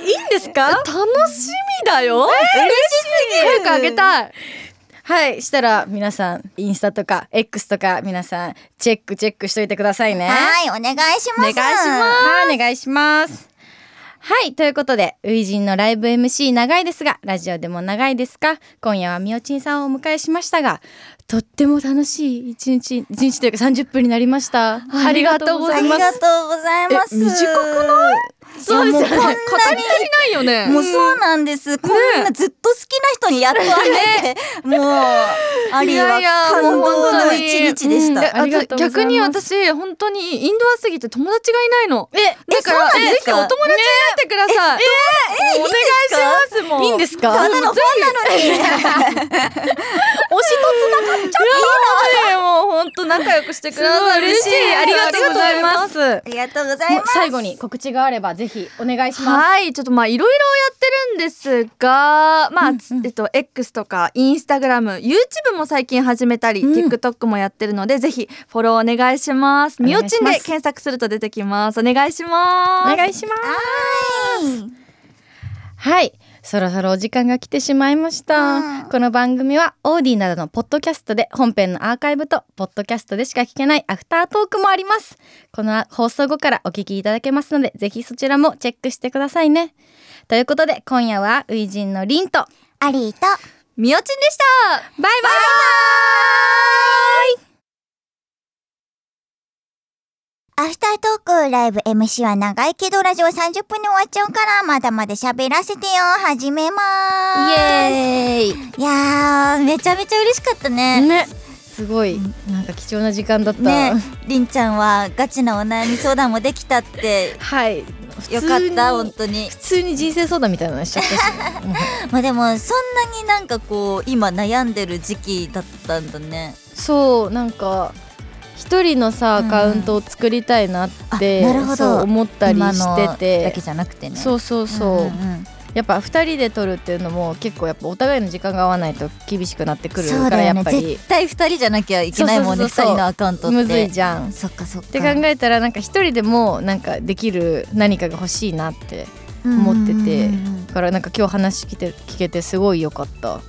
S3: えいいんですか楽しみだよ嬉しい早くあげたい
S1: はいしたら皆さんインスタとか X とか皆さんチェックチェックしといてくださいね
S2: はいお願いします
S1: はいお願いしますはい、ということで、初陣のライブ MC 長いですが、ラジオでも長いですか今夜はみおちんさんをお迎えしましたが、とっても楽しい一日、一日というか30分になりました。ありがとうござ
S2: あ
S1: い
S2: り
S1: ます。
S2: がとうございます。
S1: え短くないそうですよね
S2: いやもうこんなに
S3: 語り足りないよね
S2: もうそうなんです。こんなずっと好きな人にやっと会えて、もう、あり
S3: いや
S2: はい
S3: や
S2: 感
S3: もう本
S2: 動
S3: 当
S2: の
S3: に
S2: 一日でし
S1: うん
S2: た。
S1: ありがとうございます
S3: 逆に私本当にインドアすぎて友達がいないの
S1: え、
S3: だから
S2: そうなん
S3: ぜ
S2: で
S3: ひ
S2: す
S3: お友
S2: か
S3: 達になってくださいお願いしますもう
S1: いいんですか
S2: ただのファンなのに。
S1: 推しとつながっちゃ
S3: いやもう本当仲良くしてく
S1: す
S3: だ
S1: ご
S3: さ
S1: い
S3: い
S1: 嬉しい。ありがとうござい
S3: す
S1: ます。
S2: ありがとうござい
S1: もう
S2: ます。
S1: 最後に告知があれば、ぜひお願いします。
S3: はいちょっとまあいろいろやってるんですがまあ、つえっと X とかインスタグラム YouTube も最近始めたり、TikTok もやってるのでぜひフォローお願いします
S1: お願い
S3: み
S1: し
S3: お
S1: ます
S3: ちんで検索すると出てきますお願いします
S1: お願いします。
S2: はい。
S1: はい。そろそろお時間が来てしまいました。この番組はオーディなどのポッドキャストで本編のアーカイブとポッドキャストでしか聞けないアフタートークもあります。この放送後からお聞きいただけますので、ぜひそちらもチェックしてくださいね。ということで今夜は初陣のリンと
S2: ありと。
S3: みおちんでした
S1: バイバイ
S2: アフタートークライブ MC は長いけどラジオ30分に終わっちゃうからまだまだ喋らせてよ始めまーす
S1: イエー
S2: いやーめちゃめちゃ嬉しかった
S1: イ
S2: ね
S1: ね、すごい、なんか貴重な時間だった。
S2: ねりんちゃんはガチなお悩み相談もできたって
S1: はい。
S2: よかった
S1: 普通
S2: 本
S1: に
S2: 当に
S1: 普通に人生相談みたいなのしちゃったし。
S2: まあでもそんなになんかこう今悩んでる時期だったんだね
S1: そうなんか一人のさア
S2: うん
S1: カウントを作りたいなって、
S2: あなるほど
S1: そう思ったりして
S2: 今のだ
S1: て
S2: け、じゃなくてね
S1: そううそうそう、
S2: んんん
S1: やっぱ二人で撮るっていうのも結構やっぱお互いの時間が合わないと厳しくなってくる
S2: そう
S1: から
S2: だ
S1: やっ
S2: よね
S1: ぱり
S2: 絶対二人じゃなきゃいけないもん
S1: そう
S2: ね二
S1: そうそうそう
S2: 人のアカウントって
S1: むずいじゃん。っ
S2: そっかそっか
S1: て考えたらなんか一人でもなんかできる何かが欲しいなって思ってて
S2: うんうんうん
S1: だからなんか今日話聞けて聞けてすごい良かった、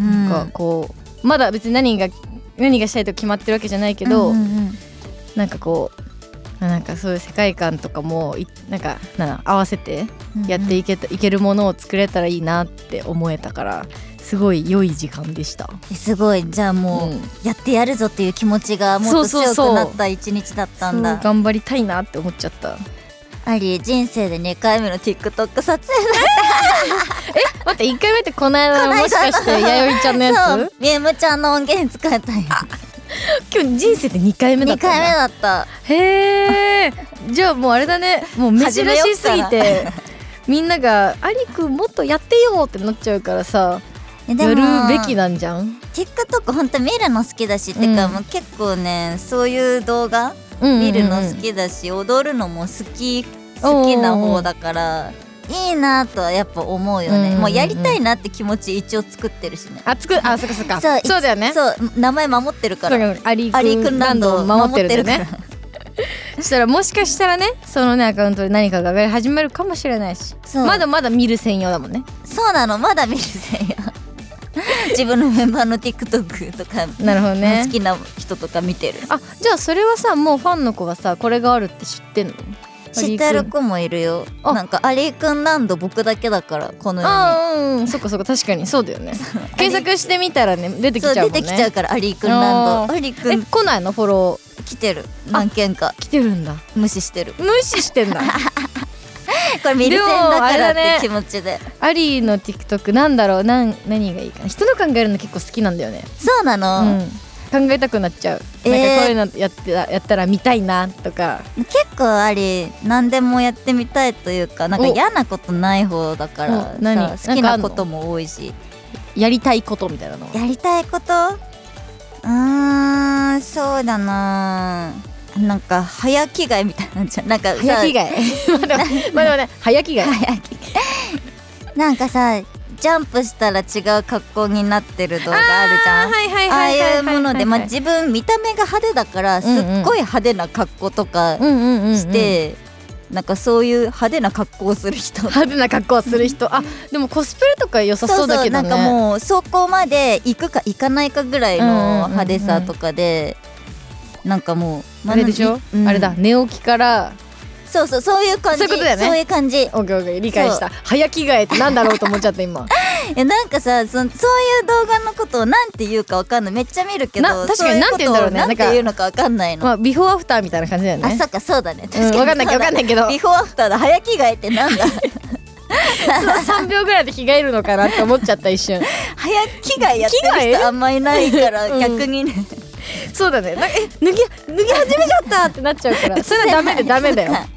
S2: うん
S1: なんかこうまだ別に何が何がしたいと決まってるわけじゃないけど、
S2: うんうんうん
S1: なんかこうなんかそういう世界観とかもいなんかなんだ合わせてやっていけた、いけるものを作れたらいいなって思えたからすごい良い時間でした。
S2: えすごいじゃあもう、
S1: うん
S2: やってやるぞっていう気持ちがもっと
S1: そうそう
S2: 強く
S1: そう
S2: なった一日だったん
S1: そう
S2: だ
S1: 頑張りたいなって思っちゃった。
S2: あり人生で2回目の TikTok 撮影だ
S1: 待って一回目ってこの間のもしか して弥生ちゃんのや
S2: そうみゆむちゃんの音源使えたんや
S1: つ？今日人生で二回目だ
S2: 2
S1: ったんだ。
S2: 回目だった
S1: へえ。じゃあもうあれだね。もう珍
S2: 始めよ
S1: し
S2: っ
S1: す
S2: か
S1: ぎ
S2: ら
S1: て。 みんなが「アリくんもっとやってよ」ってなっちゃうからさ
S2: えで
S1: や
S2: も
S1: るべきなんじゃん、
S2: TikTok ほんと見るの好きだし、てか
S1: うん
S2: もう結構ねそういう動画
S1: うんうんうん
S2: 見るの好きだし、踊るのも好き好きな方だからいいなとはやっぱ思うよ
S1: うんうん
S2: ね、
S1: うん
S2: もうやりたいなって気持ち一応作ってるしね
S1: あつくあそっかそっかそうだよねそう
S2: そう名前守ってるから
S1: かそうかアリ
S2: アリ
S1: ー
S2: ー
S1: く
S2: く
S1: ん
S2: ん
S1: ラ
S2: ラ
S1: ン
S2: ン
S1: ド
S2: ド
S1: を
S2: を
S1: 守
S2: 守
S1: っ
S2: ってて
S1: る
S2: る
S1: んだ
S2: から
S1: ねそしたらもしかしたらねそのねアカウントで何かが上がり始めるかもしれないし
S2: そう
S1: まだまだ見る専用だもんね
S2: そうなのまだ見るせんよ 自分のメンバーの TikTok とか
S1: なるほどね
S2: 好きな人とか見てる
S1: あじゃあそれはさもうファンの子はさこれがあるって知ってんの
S2: 知ってる
S1: 子
S2: 子もいるよ
S1: あ
S2: なんかアリーくんランド僕だけだからこの世
S1: あーうんそっかそっか確かにそうだよ ね検索してみたらね出てき
S2: に
S1: ちゃ
S2: そうう
S1: もんね
S2: 出てきちゃうからアリーくんラン
S1: あー
S2: ドアリーく
S1: え
S2: ん
S1: 来ないのフォロー
S2: 来てる何件か
S1: 来てるんだ
S2: 無視してる
S1: 無視して んだ
S2: これ見るせんだか
S1: でもあれだ
S2: ら
S1: ね
S2: って気持ちで
S1: アリーの TikTok なんだろうなん何がいいかな人の考えるの結構好きなんだよね
S2: そうなの
S1: うん、考えたくなっちゃう、
S2: えー
S1: なんかこういうのやってたやったら見たいなとか
S2: 結構アリー何でもやってみたいというかなんか
S1: お
S2: 嫌なことない方だか
S1: お
S2: ら
S1: 何
S2: さ好
S1: な
S2: き
S1: んかあ
S2: なん
S1: の
S2: ことも多いし
S1: やりたいことみたいなの
S2: やりたいことうーんそうだななんか早着替えみたいなんじゃんなんかさ
S1: 早着替え まだまだまだ早着替え
S2: 早着替えなんかさジャンプしたら違う格好になってる動画あるじゃん
S1: いは
S2: ああいうもので、まあ、
S1: じ
S2: 自分見た目が派手だからすっごい派手な格好とか
S1: うんうんうんうん
S2: して、なんかそういう派手な格好をする 人
S1: 派手な格好をする人あでもコスプレとか良さそうだけどね
S2: なんかもうそこまで行くか行かないかぐらいの派手さとかで、なんかもう
S1: あれでしょ、
S2: うん
S1: あれだ寝起きから
S2: そうそうそういう感じ
S1: そういうことだよね
S2: そういう感じい
S1: オッケーオッケー理解した早着替えってなんだろうと思っちゃった 今
S2: やなんかさそのそういう動画のことをなんて言うかわかんないめっちゃ見るけど
S1: な確かになんて言うんだろうね
S2: そいことをなんて言うのかわかんないの、
S1: まあビフォーアフターみたいな感じだよ
S2: あ
S1: ね
S2: そっかそうだね確か
S1: う
S2: に
S1: んわかんないけどわかんないけど
S2: ビフォーアフターだ早着替えってなんだ
S1: 3秒ぐらいで着替えるのかなって思っちゃった一 瞬
S2: 早着替えやって
S1: 着替
S2: る
S1: え
S2: 人あんまいないから、
S1: うん
S2: 逆にね
S1: そうだねなんかえ 脱ぎ脱ぎ始めちゃったってなっちゃうからそれはダメでダメだよ
S2: そっか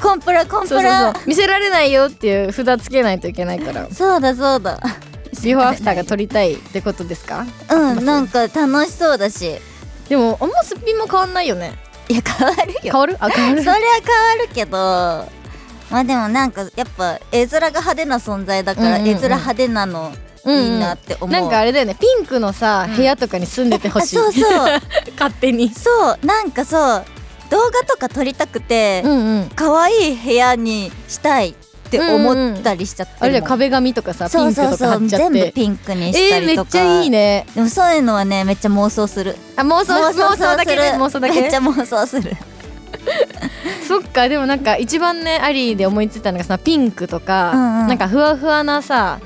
S2: コンプラコンプ
S1: そうそうそ
S2: ラ
S1: う見せられないよっていう札つけないといけないから
S2: そうだそうだ
S1: ビフォーアフターが撮りたいってことですか
S2: うんなんか楽しそうだし
S1: でもあんますっぴんも変わんないよね
S2: いや変わ るよ
S1: 変わるあ変わる
S2: それは変わるけどまあでもなんかやっぱ絵面が派手な存在だから
S1: うんうんうん
S2: 絵面派手なのいいなって思う、
S1: なんかあれだよねピンクのさ部屋とかに住んでてほ
S2: あ
S1: しい、
S2: そうそう
S1: 勝手に
S2: そう なんかそう動画とか撮りたくて
S1: うんうん
S2: 可愛、い部屋にしたいって思ったりしちゃって
S1: あれだよ壁紙とかさピ
S2: そう
S1: ンク
S2: そう
S1: とか
S2: そう
S1: 貼っちゃっ
S2: 全部
S1: て
S2: ピンクにした
S1: えー、
S2: り
S1: め
S2: と
S1: っ
S2: か、
S1: ちゃいいね
S2: でもそういうのはねめっちゃ妄想する
S1: あ妄想妄想だけ ね
S2: する
S1: 妄想だけ
S2: めっちゃ妄想する
S1: そっかでもなんか一番ねアリーで思いついたのがさピンクとか、
S2: うんうん
S1: なんかふわふわなさ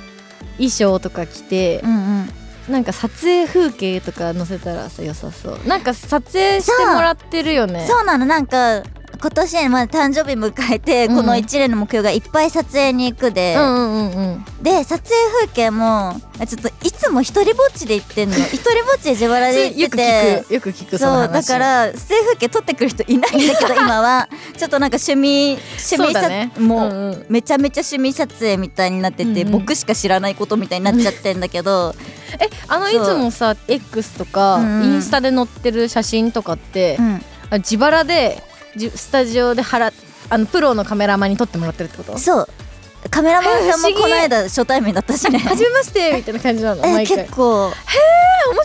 S1: 衣装とか着て
S2: う、んうん
S1: なんか撮影風景とか載せたらさ良さそうなんか撮影してもらってるよね
S2: そうなのなんか今年まで誕生日迎えて、
S1: うん
S2: この1年の目標がいっぱい撮影に行くで、
S1: うんうんうんうん
S2: で撮影風景もあちょっといつも一人ぼっちで行ってん の一人ぼっちで自腹
S1: そ
S2: で
S1: れ
S2: 行
S1: よ
S2: って
S1: く
S2: て
S1: 聞くよく聞くその
S2: そうだ
S1: 話
S2: から撮影風景撮ってくる人いないんだけど 今はちょっとなんか趣味趣
S1: そう
S2: 味
S1: だ
S2: 撮、
S1: ね
S2: もう、
S1: んん
S2: めちゃめちゃ趣味撮影みたいになってて、
S1: うんうん
S2: 僕しか知らないことみたいになっちゃってんだ けど
S1: えあのい
S2: そう
S1: つもさ X とか、
S2: うんうん
S1: インスタで載ってる写真とかって、
S2: うん
S1: あ自腹でじスタジオで払っあのプロのカメラマンに撮ってもらってるってこと
S2: そうカメラマンさん
S1: え不思議
S2: もこの間初対面だったしね
S1: 初めましてみたいな感じなの
S2: え
S1: 毎回
S2: 結構
S1: 面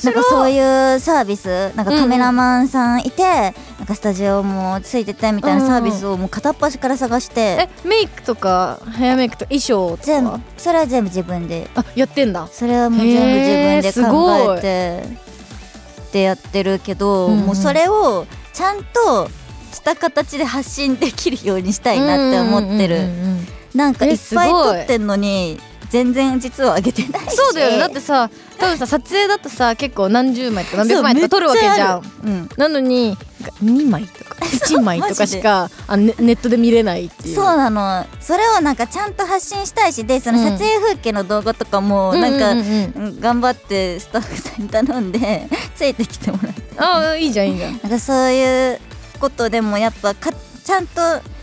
S2: なんかそういうサービスなんかカメラマンさんいて、なんかスタジオもついててみたいなサービスをもう片っ端から探して、
S1: えメイクとかヘアメイクと衣装と
S2: 全部
S1: か
S2: それは全部自分で
S1: あやってんだ
S2: それはもう全部自分で考えてってやってるけど、
S1: うんうん
S2: もうそれをちゃんとした形で発信できるようにしたいなって思ってる、
S1: うんうんうんうん
S2: なんかい
S1: え
S2: っ
S1: すご
S2: ぱ
S1: い
S2: い撮ってんのに全然実は上げてないし
S1: そうだよねだってさ多分さ撮影だとさ結構何十枚とか何百枚とか撮るわけじゃん
S2: そうめっちあるうん
S1: なのに2枚と か1枚とかしかあネネットで見れないっていう
S2: そうなのそれをなんかちゃんと発信したいしでその
S1: うん
S2: 撮影風景の動画とかも
S1: うんう
S2: なんん
S1: う
S2: か、
S1: んうん
S2: うん頑張ってスタッフさんに頼んで ついてきてもらう
S1: ああいいじゃんいいじゃん
S2: なんかそういうことでもやっぱかちゃんと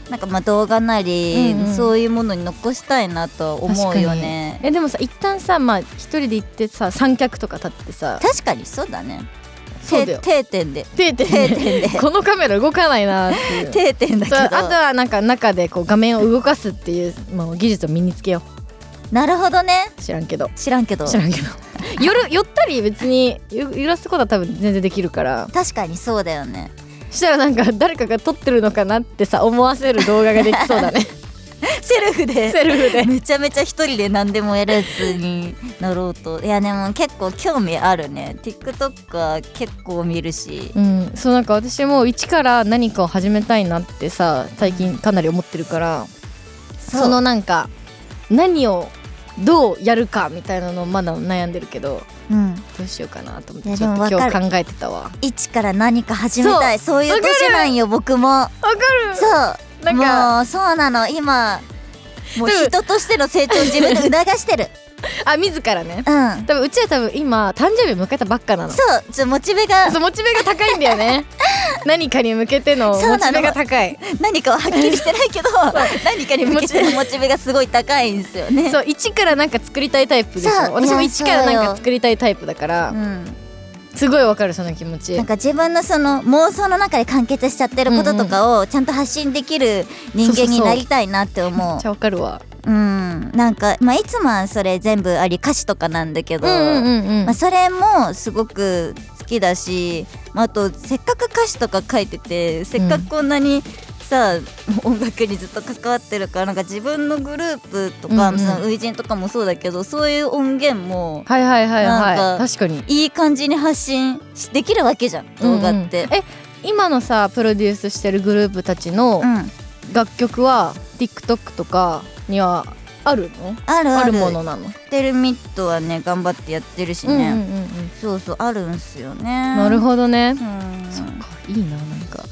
S2: なんかまあ動画なり、
S1: うんうん
S2: そういうものに残したいなと思うよね
S1: えでもさ一旦さまあ一人で行ってさ三脚とか立ってさ
S2: 確かにそうだね
S1: そうだよ
S2: 定定点で
S1: 定点
S2: 定
S1: で
S2: 点で
S1: このカメラ動かないなっていう
S2: 定点だけ
S1: そう
S2: ど
S1: あとはなんか中でこう画面を動かすっていうもう技術を身につけよ
S2: なるほどね
S1: う知らんけど
S2: 知らんけど
S1: 知らんけど 夜寄ったり別にゆ揺らすことは多分全然できるから
S2: 確かにそうだよね
S1: したらなんか誰かが撮ってるのかなってさ思わせる動画ができそうだね
S2: セルフ で
S1: セルフで
S2: めちゃめちゃ一人で何でもやるやつになろうといやでも結構興味あるね TikTok は結構見るし
S1: うんそうなんか私も一から何かを始めたいなってさ最近かなり思ってるから
S2: そ
S1: そのなんか何をどうやるかみたいなのをまだ悩んでるけど
S2: うん
S1: どうしようかなと思っ
S2: い
S1: て
S2: や
S1: ちょっと
S2: でも
S1: 今
S2: わか
S1: 日考えてたわわか
S2: 一から何か始めたいそういう年なんよ僕も
S1: る
S2: そう
S1: なんか
S2: もうそうなの今もう
S1: でも
S2: 人としての成長を自分で促し てる
S1: あ自らね
S2: うん
S1: 多分うちは多分今誕生日迎えたばっかなの
S2: そうちょモチベ が
S1: そうモチベが高いんだよ ね何かに向けてのモ
S2: そうな
S1: チ
S2: の
S1: ベが高い
S2: 何かははっきりしてないけ ど何かに向けてのモチベがすごい高いんですよね
S1: そう一からなんか作りたいタイプでしょ
S2: そう
S1: 私も
S2: いや
S1: 一からなん
S2: そう
S1: か
S2: よ
S1: 作りたいタイプだから、
S2: うん
S1: すごいわかるその気持ち
S2: なんか自分のその妄想の中で完結しちゃってることとかをちゃんと発信できる人間になりたいなって
S1: め
S2: 思
S1: っちゃわかるわ
S2: う。うん、なんかまあいつもはそれ全部あり歌詞とかなんだけど、
S1: んうん
S2: まあそれもすごく好きだし、まああとせっかく歌詞とか書いてて、せっかくこんなに。さ音楽にずっと関わってるからなんか自分のグループとか、
S1: うんうん
S2: その初陣とかもそうだけどそういう音源も
S1: はいはいはい
S2: な
S1: は
S2: ん
S1: い
S2: か
S1: 確かに
S2: いい感じに発信しできるわけじゃん動画って。
S1: うんうんえ今のさプロデュースしてるグループたちの
S2: うん
S1: 楽曲は TikTok とかにはあるの
S2: ある
S1: あ
S2: あ
S1: る
S2: る
S1: ものなの、
S2: テルミットはね頑張ってやってるし
S1: うんうんうんう
S2: ね、
S1: ん
S2: そうそうあるんすよね
S1: な
S2: な
S1: るほどね、
S2: どうん
S1: そっかいいななんか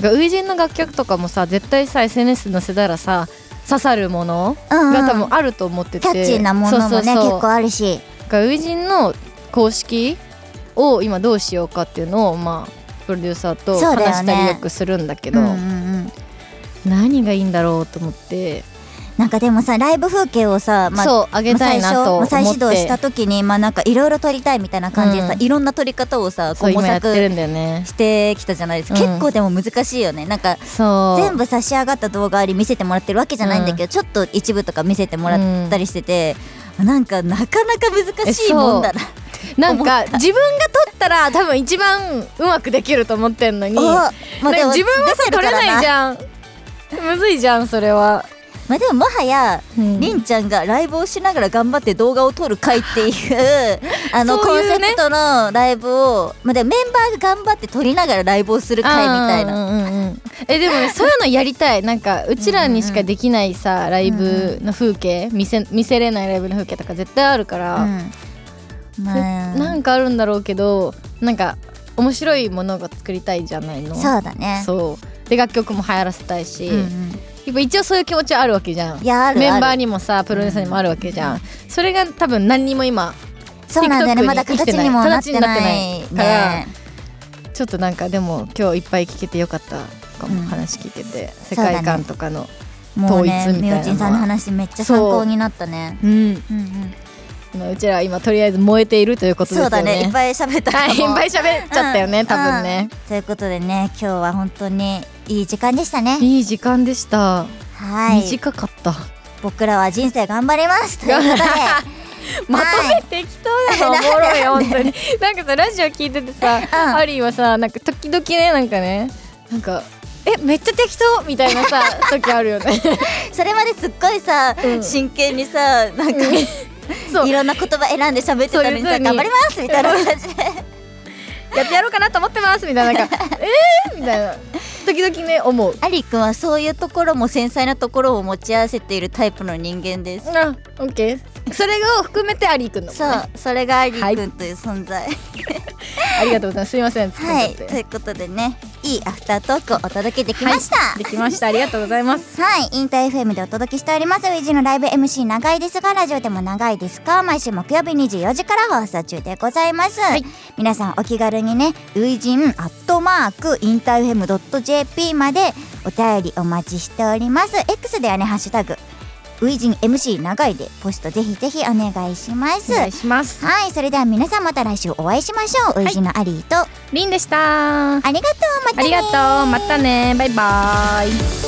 S1: が初陣の楽曲とかもさ絶対さ SNS 載せたらさ刺さるもの
S2: うんうん
S1: が多分あると思ってて、
S4: キャッチーなものもね
S1: そうそうそう
S4: 結構あるし
S1: が初陣の公式を今どうしようかっていうのをまあプロデューサーと
S4: そうだよね
S1: 話したりよくするんだけ
S2: う
S1: ど
S2: んうんうん
S1: 何がいいんだろうと思って、
S2: なんかでもさライブ風景をさ、まあ、
S1: そうあげたいなと思って、
S2: まあ最初まあ再始動した時にまあなんかいろいろ撮りたいみたいな感じでさ、
S1: うん
S2: いろんな撮り方をさこ
S1: そうう
S2: 模
S1: 今やって
S2: 索
S1: るんだよね
S2: してきたじゃないですか、
S1: うん
S2: 結構でも難しいよねなんか
S1: そう
S2: 全部差し上がった動画あり見せてもらってるわけじゃないんだけど、ちょっと一部とか見せてもらったりしてて、なんかなかなか難しいもんだな
S1: なんか自分が撮ったら多分一番うまくできると思ってんのに、
S2: あ
S1: な
S2: まあ
S1: ん
S2: で
S1: か
S2: も
S1: 自分はさ
S2: 出て
S1: 撮
S2: る
S1: れ
S2: から
S1: ないじゃんむずいじゃんそれは、
S2: まあでももはや
S1: うん
S2: りんちゃんがライブをしながら頑張って動画を撮る会っていう あの
S1: そう
S2: コン
S1: いうね
S2: セプトのライブを、まあ、でもメンバーが頑張って撮りながらライブをする会みたいな。
S1: な、うんうんうん、えでもねそういうのやりたいなんかうちらにしかできないさライブの風景見せ見せれないライブの風景とか絶対あるから、
S2: うんまあ
S1: なんかあるんだろうけどなんか面白いものが作りたいじゃないの
S2: そうだね。
S1: そうで楽曲も流行らせたいし、
S2: うんう
S1: やっ
S2: ん
S1: ぱ一応そういう気持ちはあるわけじゃん
S2: いやあるある
S1: メンバーにもさプロデューサーにもあるわけじゃん、それが多分何にも今
S2: そうなんだよ
S1: TikTok
S2: ね
S1: に
S2: まだ形にもなっ
S1: 形
S2: てない
S1: になってない
S2: ね
S1: ちょっとなんかでも今日いっぱい聞けてよかったかも、
S2: うん
S1: 話聞けて世
S2: そうだね
S1: 界観とかの
S2: もうね
S1: 統一みたいなの
S2: み
S1: は
S2: おちんさんの話めっちゃ参考になったね。
S1: う,、ん、
S2: うんうん
S1: まあうちらは今とりあえず燃えているということです
S2: そう
S1: よね
S2: だねいっぱい喋ったか
S1: は
S2: も
S1: い、いっぱい喋っちゃったよね、
S2: うん
S1: 多分ね、
S2: うんということでね今日は本当にいい時間でしたね。
S1: いい時間でした、
S2: はい
S1: 短かった
S2: 僕らは人生頑張りますとい うことで
S1: まとめ適当やなおもろいよ本当に なんかさラジオ聞いててさ、
S2: ん
S1: アリーはさなんか時々ねなんかねなんかえめっちゃ適当みたいな さ時あるよね
S2: それまですっごいさ、
S1: うん
S2: 真剣にさなんか、
S1: そう
S2: いろんな言葉選んで喋ってたのに
S1: そういう風
S2: さ
S1: に
S2: 頑張りますみたいな感じで
S1: やってやろうかなと思ってますみたいななんか えーみたいな時々ね思う
S2: アリくんはそういうところも繊細なところを持ち合わせているタイプの人間です。
S1: あオッケーそれを含めてアリーくんの
S2: そうそれがアリくんという存在。
S1: ありがとうございますすいません作っ
S2: はい、
S1: ちゃって
S2: ということでねいいアフタートークをお届けできました。は
S1: で
S2: い
S1: きましたありがとうございます
S2: インター FM でお届けしておりますウィジのライブ MC 長いですがラジオでも長いですか毎週木曜日24時から放送中でございます、皆さんお気軽にねウイジンアットマークインター FM.jp までお便りお待ちしております X ではねハッシュタグウイジン MC 長いでポストぜひぜひお願いします
S1: お願いします
S2: はいそれでは皆さんまた来週お会いしましょうウイジンのアリーと、
S1: リンでしたあ
S2: ありがとうまたね
S1: りがとうまたねバイバイ